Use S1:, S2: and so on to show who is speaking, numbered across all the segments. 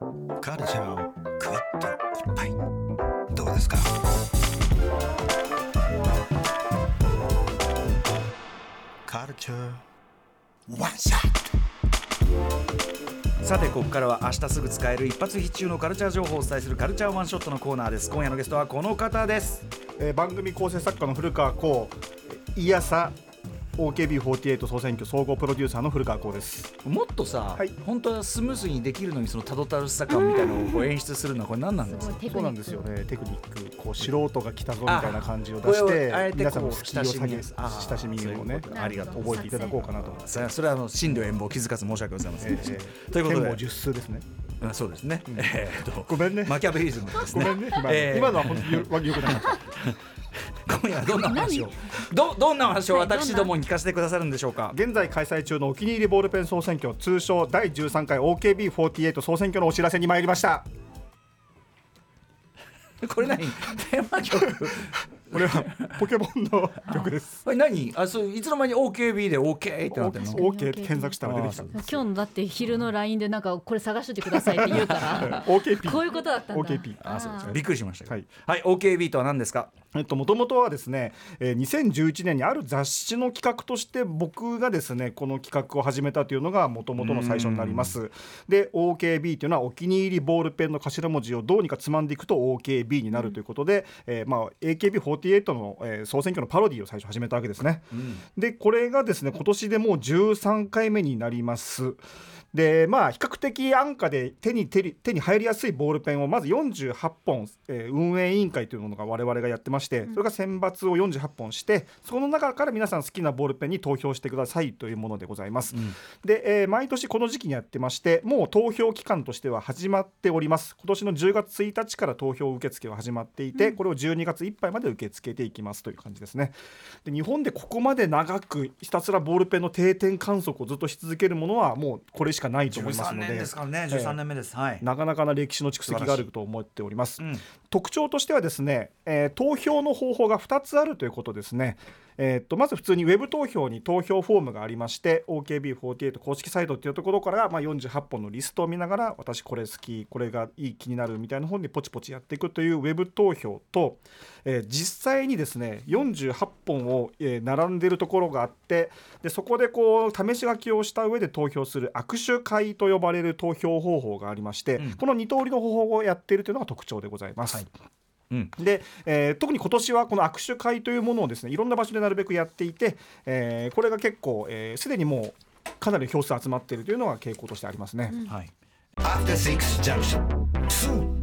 S1: こちらをクイッと一杯どうですかカルチャーワンショット
S2: さてここからは明日すぐ使える一発必中のカルチャー情報をお伝えするカルチャーワンショットのコーナーです今夜のゲストはこの方です
S3: えー番組構成作家の古川光いやさ OKB48 総選挙総合プロデューサーの古川光です
S2: もっとさ、
S3: はい
S2: 本当はスムースにできるのにそのたどたどしさ感みたいなのをこう演出するのはこれ何なんです
S4: ごい
S2: か
S4: テ
S3: そ
S4: クニック
S3: うなんですよねテクニックこう素人が来たぞみたいな感じを出
S2: あ
S3: し
S2: これ
S3: て
S2: をあえて
S3: 皆さん
S2: こ
S3: の
S2: う
S3: スキルを下げ
S2: あー
S3: 親しみをね
S2: そういうこと
S4: か
S3: ありがとう覚えていただこうかなと思います。
S2: それはそれはあの進路遠望気づかず申し訳ございませんでした、
S3: えー
S2: ということ
S3: 剣
S2: で
S3: も十数ですね。
S2: うんそうですね、えーっと
S3: ごめんね
S2: マキャベリズムです
S3: ご
S2: ね
S3: めんね。今の,、
S2: えー
S3: 今のは本当によくなかった。
S2: 今夜はどんな話をどどんな話を
S4: はいどんな
S2: 私どもに聞かせてくださるんでしょうか
S3: 現在開催中のお気に入りボールペン総選挙通称第13回 OKB48 総選挙のお知らせに参りました。
S2: こ れ何テーマ曲
S3: これはポケモンの曲です。
S2: これ何あそういつの間に OKB で OK ってなってるの
S3: OK で検索したら出てきた。
S4: 今日のだって昼の LINE でなんかこれ探しといてくださいって言うか ら
S3: OKP。
S4: こういうことだったんだ
S3: OKP。
S2: あそうですねびっくりしましたけど
S3: はい
S2: はい、OKB とは何ですか
S3: えっと、もともとはですね、えー2011年にある雑誌の企画として僕がですねこの企画を始めたというのがもともとの最初になりますで OKB というのはお気に入りボールペンの頭文字をどうにかつまんでいくと OKB になるということで、えーまあ、AKB48 の、えー総選挙のパロディを最初始めたわけですね、でこれがですね今年でもう13回目になりますでまあ比較的安価で手に手に手に入りやすいボールペンをまず48本、えー運営委員会というものが我々がやってまして、それが選抜を48本してその中から皆さん好きなボールペンに投票してくださいというものでございます、で、えー毎年この時期にやってましてもう投票期間としては始まっております今年の10月1日から投票受付は始まっていて、これを12月いっぱいまで受け付けていきますという感じですねで日本でここまで長くひたすらボールペンの定点観測をずっとし続けるものはもうこれしかないと思いますの
S2: ら
S3: で
S2: ね
S3: 13
S2: 年目ですはい
S3: なかなかな歴史の蓄積があると思っております、
S2: うん
S3: 特徴としてはですね、えー投票の方法が2つあるということですね、えーっとまず普通にウェブ投票に投票フォームがありまして OKB48 公式サイトっていうところから、まあ、48本のリストを見ながら私これ好きこれがいい気になるみたいな本にポチポチやっていくというウェブ投票と、えー実際にですね48本を、えー並んでるところがあってでそこでこう試し書きをした上で投票する握手会と呼ばれる投票方法がありまして、
S2: うん
S3: この2通りの方法をやっているというのが特徴でございます。
S2: はいうん
S3: で、えー特に今年はこの握手会というものをですねいろんな場所でなるべくやっていて、えーこれが結構すで、えー既にもうかなり票数集まっているというのが傾向としてありますね。
S2: はい
S1: アフターシックスジャンクション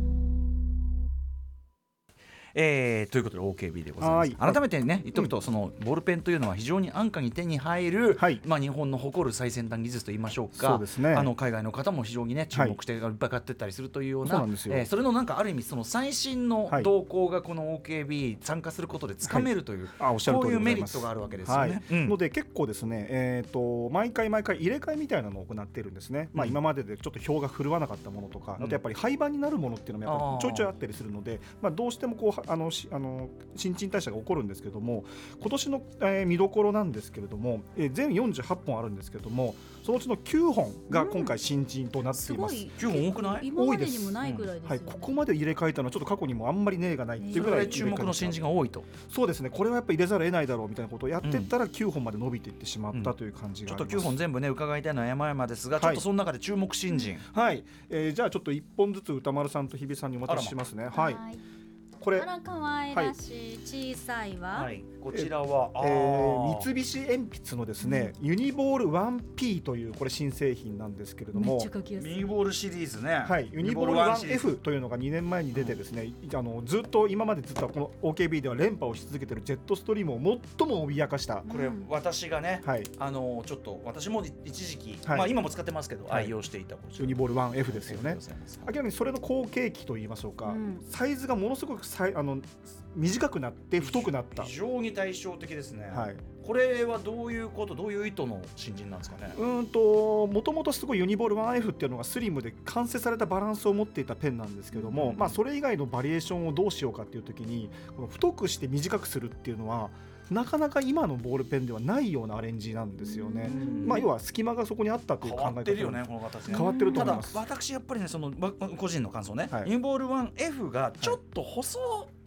S2: えーということで OKB でございます
S3: はい
S2: 改めてね言っとくと、そのボールペンというのは非常に安価に手に入る、
S3: はい
S2: まあ、日本の誇る最先端技術といいましょうか
S3: そうですね
S2: あの海外の方も非常にね注目していっぱい買ってったりするというような,、
S3: そうなんですよ
S2: えーそれのなんかある意味その最新の
S3: はい
S2: 動向がこの OKB 参加することでつかめるという、
S3: あおっしゃる
S2: こ
S3: 通
S2: ういう
S3: りでござ
S2: メ
S3: い
S2: リ
S3: ま
S2: ッ
S3: す
S2: トがあるわけですよ
S3: は
S2: ね
S3: い。
S2: うん
S3: ので結構ですね、えー、と毎回毎回入れ替えみたいなのを行っているんですね、まあ、
S2: うん
S3: 今まででちょっと票が振るわなかったものとか、
S2: うん
S3: あとやっぱり廃盤になるものっていうのもやっ
S2: あー
S3: ぱりちょいちょいあったりするので、まあ、どうしてもこうあのしあの新陳代謝が起こるんですけども今年の、えー見どころなんですけれども、えー全48本あるんですけどもそのうちの9本が今回新人となって
S4: す
S3: いま
S4: ご
S3: す。
S4: い
S2: 十分多くない
S4: 今までにもないぐらいです
S3: は
S4: よ
S3: い、
S4: ね
S3: ここまで入れ替えたのはちょっと過去にもあんまり例がないってい
S2: そうれ
S3: ぐ
S2: ぐ
S3: ら
S2: ら
S3: い
S2: い注目の新人が多いと
S3: そうですねこれはやっぱ入れざるを得ないだろうみたいなことをやってったら9本まで伸びていってしまっ
S2: う
S3: た
S2: ん
S3: という感じ
S2: ち
S3: が
S2: ょ
S3: あ
S2: っ
S3: り
S2: と
S3: ます、
S2: 9本全部ね伺いたいのは山々ですが、
S3: はい
S2: ちょっとその中で注目新人
S3: はい、えーじゃあちょっと1本ずつ歌丸さんと日比さんにお渡ししますねはいこれ
S4: あ、ら可愛らしい小さいわ
S2: はいこちらは
S3: え
S2: あ
S3: ー
S2: ー
S3: 三菱鉛筆のですね、ユニボール 1P というこれ新製品なんですけれど
S4: めっ
S3: も
S4: ちゃ書きやす
S2: ミニ
S4: い
S2: ボールシリーズね。
S3: はい、ユニボール 1F というのが2年前に出てですね、あのずっと今までずっとこの OKB では連覇をし続けているジェットストリームを最も脅かした、
S2: これ私がね、
S3: はい、
S2: あのちょっと私も一時期、
S3: はい
S2: まあ今も使ってますけど、
S3: はい
S2: 愛用していたこちら
S3: ユニボール 1F ですよ
S2: あり
S3: ね
S2: がとうございます
S3: 明らかにそれの後継機といいましょうか、
S4: うん
S3: サイズがものすごくさいあの短くなって太くなった
S2: 非。常に対照的ですね。
S3: はい、
S2: これはどういうことどういう意図の新人なんですかね。
S3: うーんともともとすごいユニボール 1F っていうのがスリムで完成されたバランスを持っていたペンなんですけども、
S2: うん
S3: まあ、それ以外のバリエーションをどうしようかっていう時にこの太くして短くするっていうのはなかなか今のボールペンではないようなアレンジなんですよね。
S2: ん
S3: まあ、要は隙間がそこにあったという
S2: 変
S3: 考え方
S2: わ
S3: な
S2: っ
S3: ん
S2: て
S3: です
S2: るよねこの形ね
S3: 変わってると
S2: た
S3: 思い
S2: だ
S3: ます。
S2: 私やっぱりねそのわ個人の感想ね、
S3: はい
S2: ニューボール 1F がちょっと細、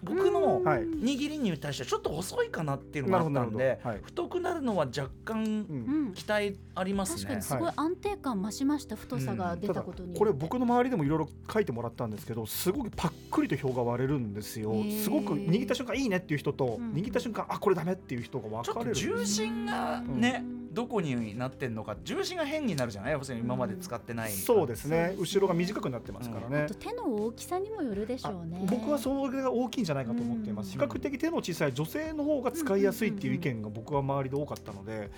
S2: 僕の
S3: はい
S2: 握りに対してはちょっと細いかなっていうのがあったん
S3: なる
S2: で
S3: ほどなる、ほどはい
S2: 太くなるのは若
S3: う
S2: 干
S3: ん
S4: うん
S2: 期待あります
S4: 確か
S2: ね
S4: に。すごい安定感増しました太さが出
S3: ただ
S4: たことによって
S3: これ僕の周りでもいろいろ書いてもらったんですけどすごくパックリと表が割れるんですよ
S4: へー
S3: すごく握った瞬間いいねっていう人と、
S4: うん
S3: 握った瞬間あこれダメっていう人が
S2: ちょ
S3: 分
S2: っと
S3: かれる
S2: 重心がね、
S4: うん
S2: どこになってんのか重心が変になるじゃない要するに今まで使ってない、
S3: そうですね
S4: そうですね
S3: 後ろが短くなってますからね
S4: あと、手の大きさにもよるでしょう
S3: あ
S4: ね
S3: 僕はそれが大きいんじゃないかと思っています、
S2: うん
S3: 比較的手の小さい女性の方が使いやすいっていう意見が僕は周りで多かったので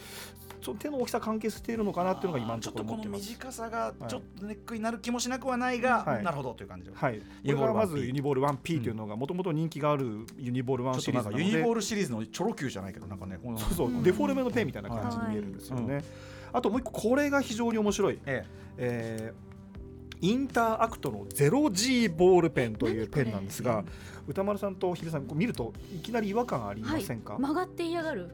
S3: ちょっと手の大きさ関係しているのかなっていうのが今の
S2: ちょ
S3: と
S2: っ
S3: ころ
S2: と
S3: 思
S2: この
S3: ってます
S2: 短さがちょっとネックになる気もしなくはないが、
S3: はい
S2: なるほどという感じで、
S3: はい、こ
S2: ユ
S3: れ
S2: ニボール
S3: がま
S2: 1P
S3: ずユニボール 1P というのがもともと人気があるユニボール1
S2: ちょ
S3: シ
S2: っとな
S3: リー
S2: んか
S3: ズなの
S2: ユ
S3: で
S2: ニボールシリーズのチョロ Q じゃないけどなんかねこの
S3: そうそう、
S4: うん
S3: デフォルメのペンみたいな感じに見えるんですよね。あともう一個これが非常に面白い、
S2: え
S3: えーインターアクトの 0G ボールペンというペンなんですが歌丸さんと日比さんこう見るといきなり違和感ありま
S4: はい
S3: せんか、
S4: 曲がって嫌がる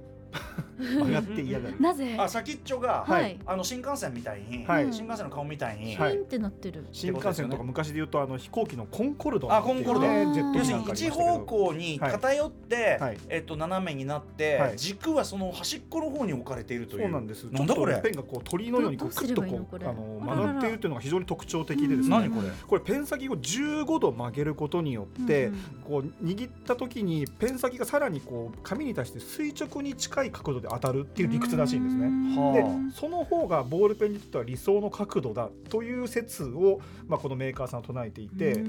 S3: 曲がって嫌がる。
S4: な
S2: え
S4: ぜ
S2: あ先っちょが、
S3: はい
S4: はい
S2: あの新幹線みたいに、
S3: はい
S2: 新幹線の顔みたいに、
S4: ピンってなってる
S3: 新幹線とか昔で言うとあの飛行機のコンコルド
S2: あコンコルド
S3: ねジェット
S2: 要
S3: 機
S2: するに
S3: なんかありました
S2: 一
S3: けど
S2: 方向に偏って、
S3: はい
S2: えっと、斜めになって、
S3: はい
S2: 軸はその端っこの方に置かれているという
S3: そうなんです。
S2: なんだこ
S3: ちょ
S2: れ
S3: っとペンがこう鳥のようにこう
S4: ど
S3: ク
S4: うす
S3: ッ
S4: れ
S3: と
S4: ばいい
S3: こ
S4: の
S3: う
S4: これ
S3: あの
S4: あらら
S3: 曲がっているというのが非常に特徴的でですね。
S2: 何これ
S3: これペン先を15度曲げることによって、
S4: うん
S3: こう握った時にペン先がさらにこう紙に対して垂直に近い角度で当たるっていう理屈らしいんですね。
S2: はあ
S3: でその方がボールペンにとっては理想の角度だという説を、まあ、このメーカーさんは唱えていて、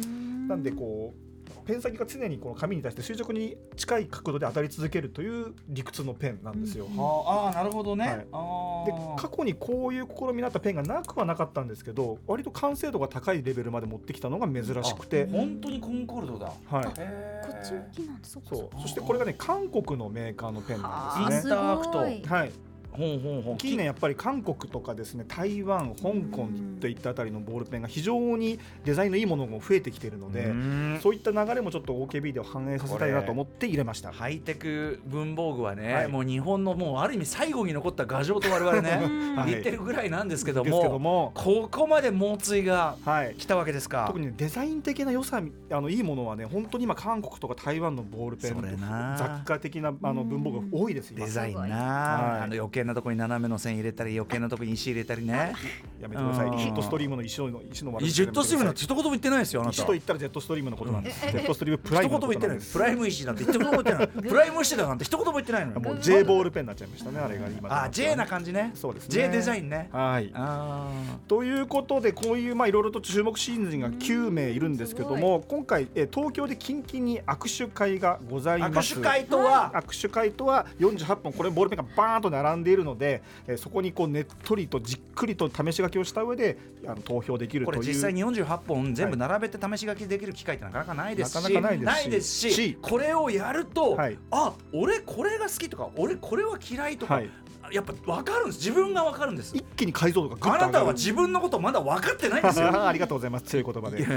S3: なんでこうペン先が常にこの紙に対して垂直に近い角度で当たり続けるという理屈のペンなんですよ。
S4: うん
S2: はああーなるほどね、
S3: はい
S2: あ
S3: で
S2: ー
S3: 過去にこういう試みのあったペンがなくはなかったんですけど割と完成度が高いレベルまで持ってきたのが珍しくて、
S2: 本当にコンコルドだ
S3: はい、
S2: へ
S4: こ
S2: ー
S4: っち向きなんだそっか
S3: そうそしてこれがね韓国のメーカーのペンなん
S4: あ
S3: ですす
S2: イ
S3: ね。
S2: ンターアクト
S4: ごい
S3: はい、
S2: ほんほんほん
S3: 近年やっぱり韓国とかですね台湾香港といったあたりのボールペンが非常にデザインのいいものも増えてきているので、
S2: うん
S3: そういった流れもちょっと OKB では反映させたいなと思って入れました。
S2: ハイテク文房具はね、
S3: はい
S2: もう日本のもうある意味最後に残った牙城と我々ね
S3: はい
S2: 言ってるぐらいなんですけど
S3: です
S2: も
S3: けども、
S2: ここまで猛追が
S3: はい、
S2: 来たわけですか
S3: 特にねデザイン的な良さあのいいものはね本当に今韓国とか台湾のボールペ
S2: それ
S3: ン
S2: な
S3: 雑貨的なあの文房具が多いです今
S2: デザインな、
S4: すごい
S3: はい
S2: あの余計なとこに斜めの線入れたり余計なとこに石入れたりね
S3: やめてください
S2: うん
S3: ジェットストリームの石の石の悪口
S2: ジェットストリームなんて一言も言ってないですよあなた
S3: 石と言ったらジェットストリームのことなんです、
S4: うん
S3: ジェットストリームプ
S2: 一
S3: ライ
S2: 言
S3: ムの
S2: も言
S3: こ
S2: っ
S3: と
S2: て
S3: な
S2: ないで
S3: んですす
S2: プライム石なんて一言も言ってないプライム石だなんて一言も言ってないのよ
S3: もう J ボールペンになっちゃいましたねあれが今
S2: あ J な感じね
S3: そうですね
S2: J デザインね
S3: はい
S2: あー
S3: ということでこういうまあいろいろと注目新人が9名いるんですけども今回えー東京で近々に握手会がございます
S2: 握手会とは、
S3: 握手会とは48本これボールペンがバーンと並んでいるのでえーそこにこうねっとりとじっくりと試し書きをした上であの投票できる
S2: こと
S3: い
S2: れ
S3: う
S2: 実際に48本全部並べて試し書きできる機会ってなかなかないですし
S3: なかなかないですし
S2: し
S3: し
S2: これをやると、
S3: はい
S2: あ俺これが好きとか俺これは嫌いとか、
S3: はい
S2: やっぱ分かるんです自分が分かるんです
S3: 一気に解像度がぐっと
S2: あ
S3: 上がる
S2: なたは自分のことまだ分かってないんですよ
S3: ありがとうございます強い言葉で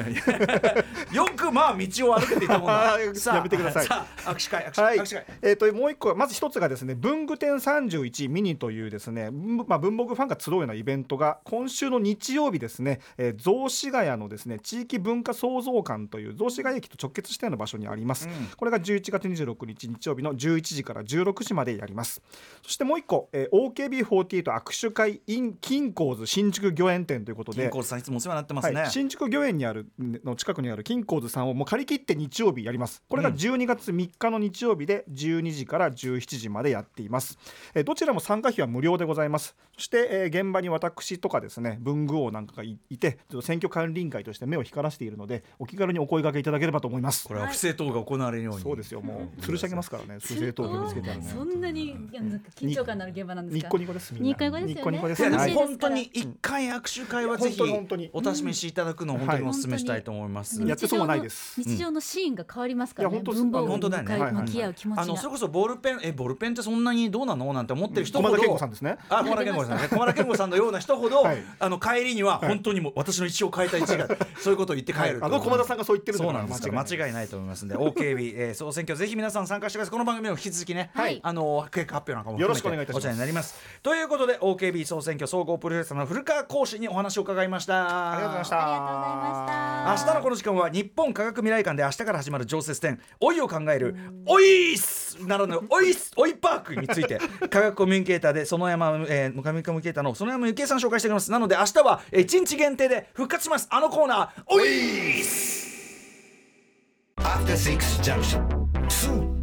S2: よくまあ道を歩けていたもん だ
S3: あー
S2: さあ
S3: やめてください
S2: さあ握手会握手会、
S3: はい
S2: 握手会、
S3: えー、ともう一個はまず一つがですね文具店31ミニというですね、ぶまあ、文房具ファンが集うようなイベントが今週の日曜日ですね、えー、雑司ヶ谷のですね地域文化創造館という雑司ヶ谷駅と直結したような場所にあります、
S2: うん
S3: これが11月26日日曜日の11時から16時までやりますそしてもう一個、えー、OKB48 握手会 in 金光図新宿御苑店ということで
S2: 銀行さんいつもお世話になってますね、
S3: はい、新宿御苑にあるの近くにある金光図さんをもう借り切って日曜日やりますこれが
S2: うん
S3: 12月3日の日曜日で12時から17時までやっています、えーどちらも参加費は無料でございますそして、えー現場に私とかですね文具王なんかがいいてちょっと選挙管理委員会として目を光らせているのでお気軽にお声掛けいただければと思います
S2: これは不正等が行われるように
S3: そうですよもう吊るし上げますからね不正当を見つけたらね
S4: そんなにあの緊張感のある現ばなんです
S3: ニ
S4: か
S3: ッコニコですみんな
S4: ニッコニコですよね
S3: ニッコニ
S2: いやでも
S3: コです
S4: 楽しいですから
S2: 本当に一回握手会はぜひ
S3: いや本当に
S2: お試しいただくのを本当に
S3: はい
S2: お勧めしたいと本当にお勧めしたいと思います。
S3: やってそうはないです
S4: 日常の日常のシーンが変わりますから
S3: い
S4: ね、
S3: や本当
S4: 文房具
S3: 本
S2: 当
S4: に
S2: だよね
S4: 向き合う気持ちが、
S2: あのそれこそボールペンえボールペンってそんなにどうなのなんて思ってる人ほ
S3: 駒
S2: ど、
S3: 田健吾さんですね
S2: あ駒田健吾さんね駒田健吾さんのような人ほど、
S3: はい
S2: あの帰りには本当にもう私の一生を変えたい違うそういうことを言って帰ると、
S3: あの駒田さんがそう言ってるんだ
S2: そう
S3: か
S2: な
S3: ら
S2: んですよ間
S3: 間違いない
S2: 違いないと思いますんで OKB、えー、総選挙ぜひ皆さん参加してくださいこの番組も引き続きね、
S4: はい
S2: あの結果発表なんかも含めて
S3: よろしくお願いいたし
S2: お
S3: ます
S2: 世話になりますということで OKB 総選挙総合プロデューサーの古川講師にお話を伺いました
S3: ありがとうございました
S4: ありがとうございました
S2: 明日のこの時間は日本科学未来館で明日から始まる常設展「老いを考えるおいっす!」ならぬ「おいっすおいパーク」について 科学コミュニケーターでその山、えー、コミュニケーターのその山幸恵さん紹介してくれますなので明日は、えー、1日限定で復活しますあのコーナー「おいっす!」
S1: After Six Junction. Soon.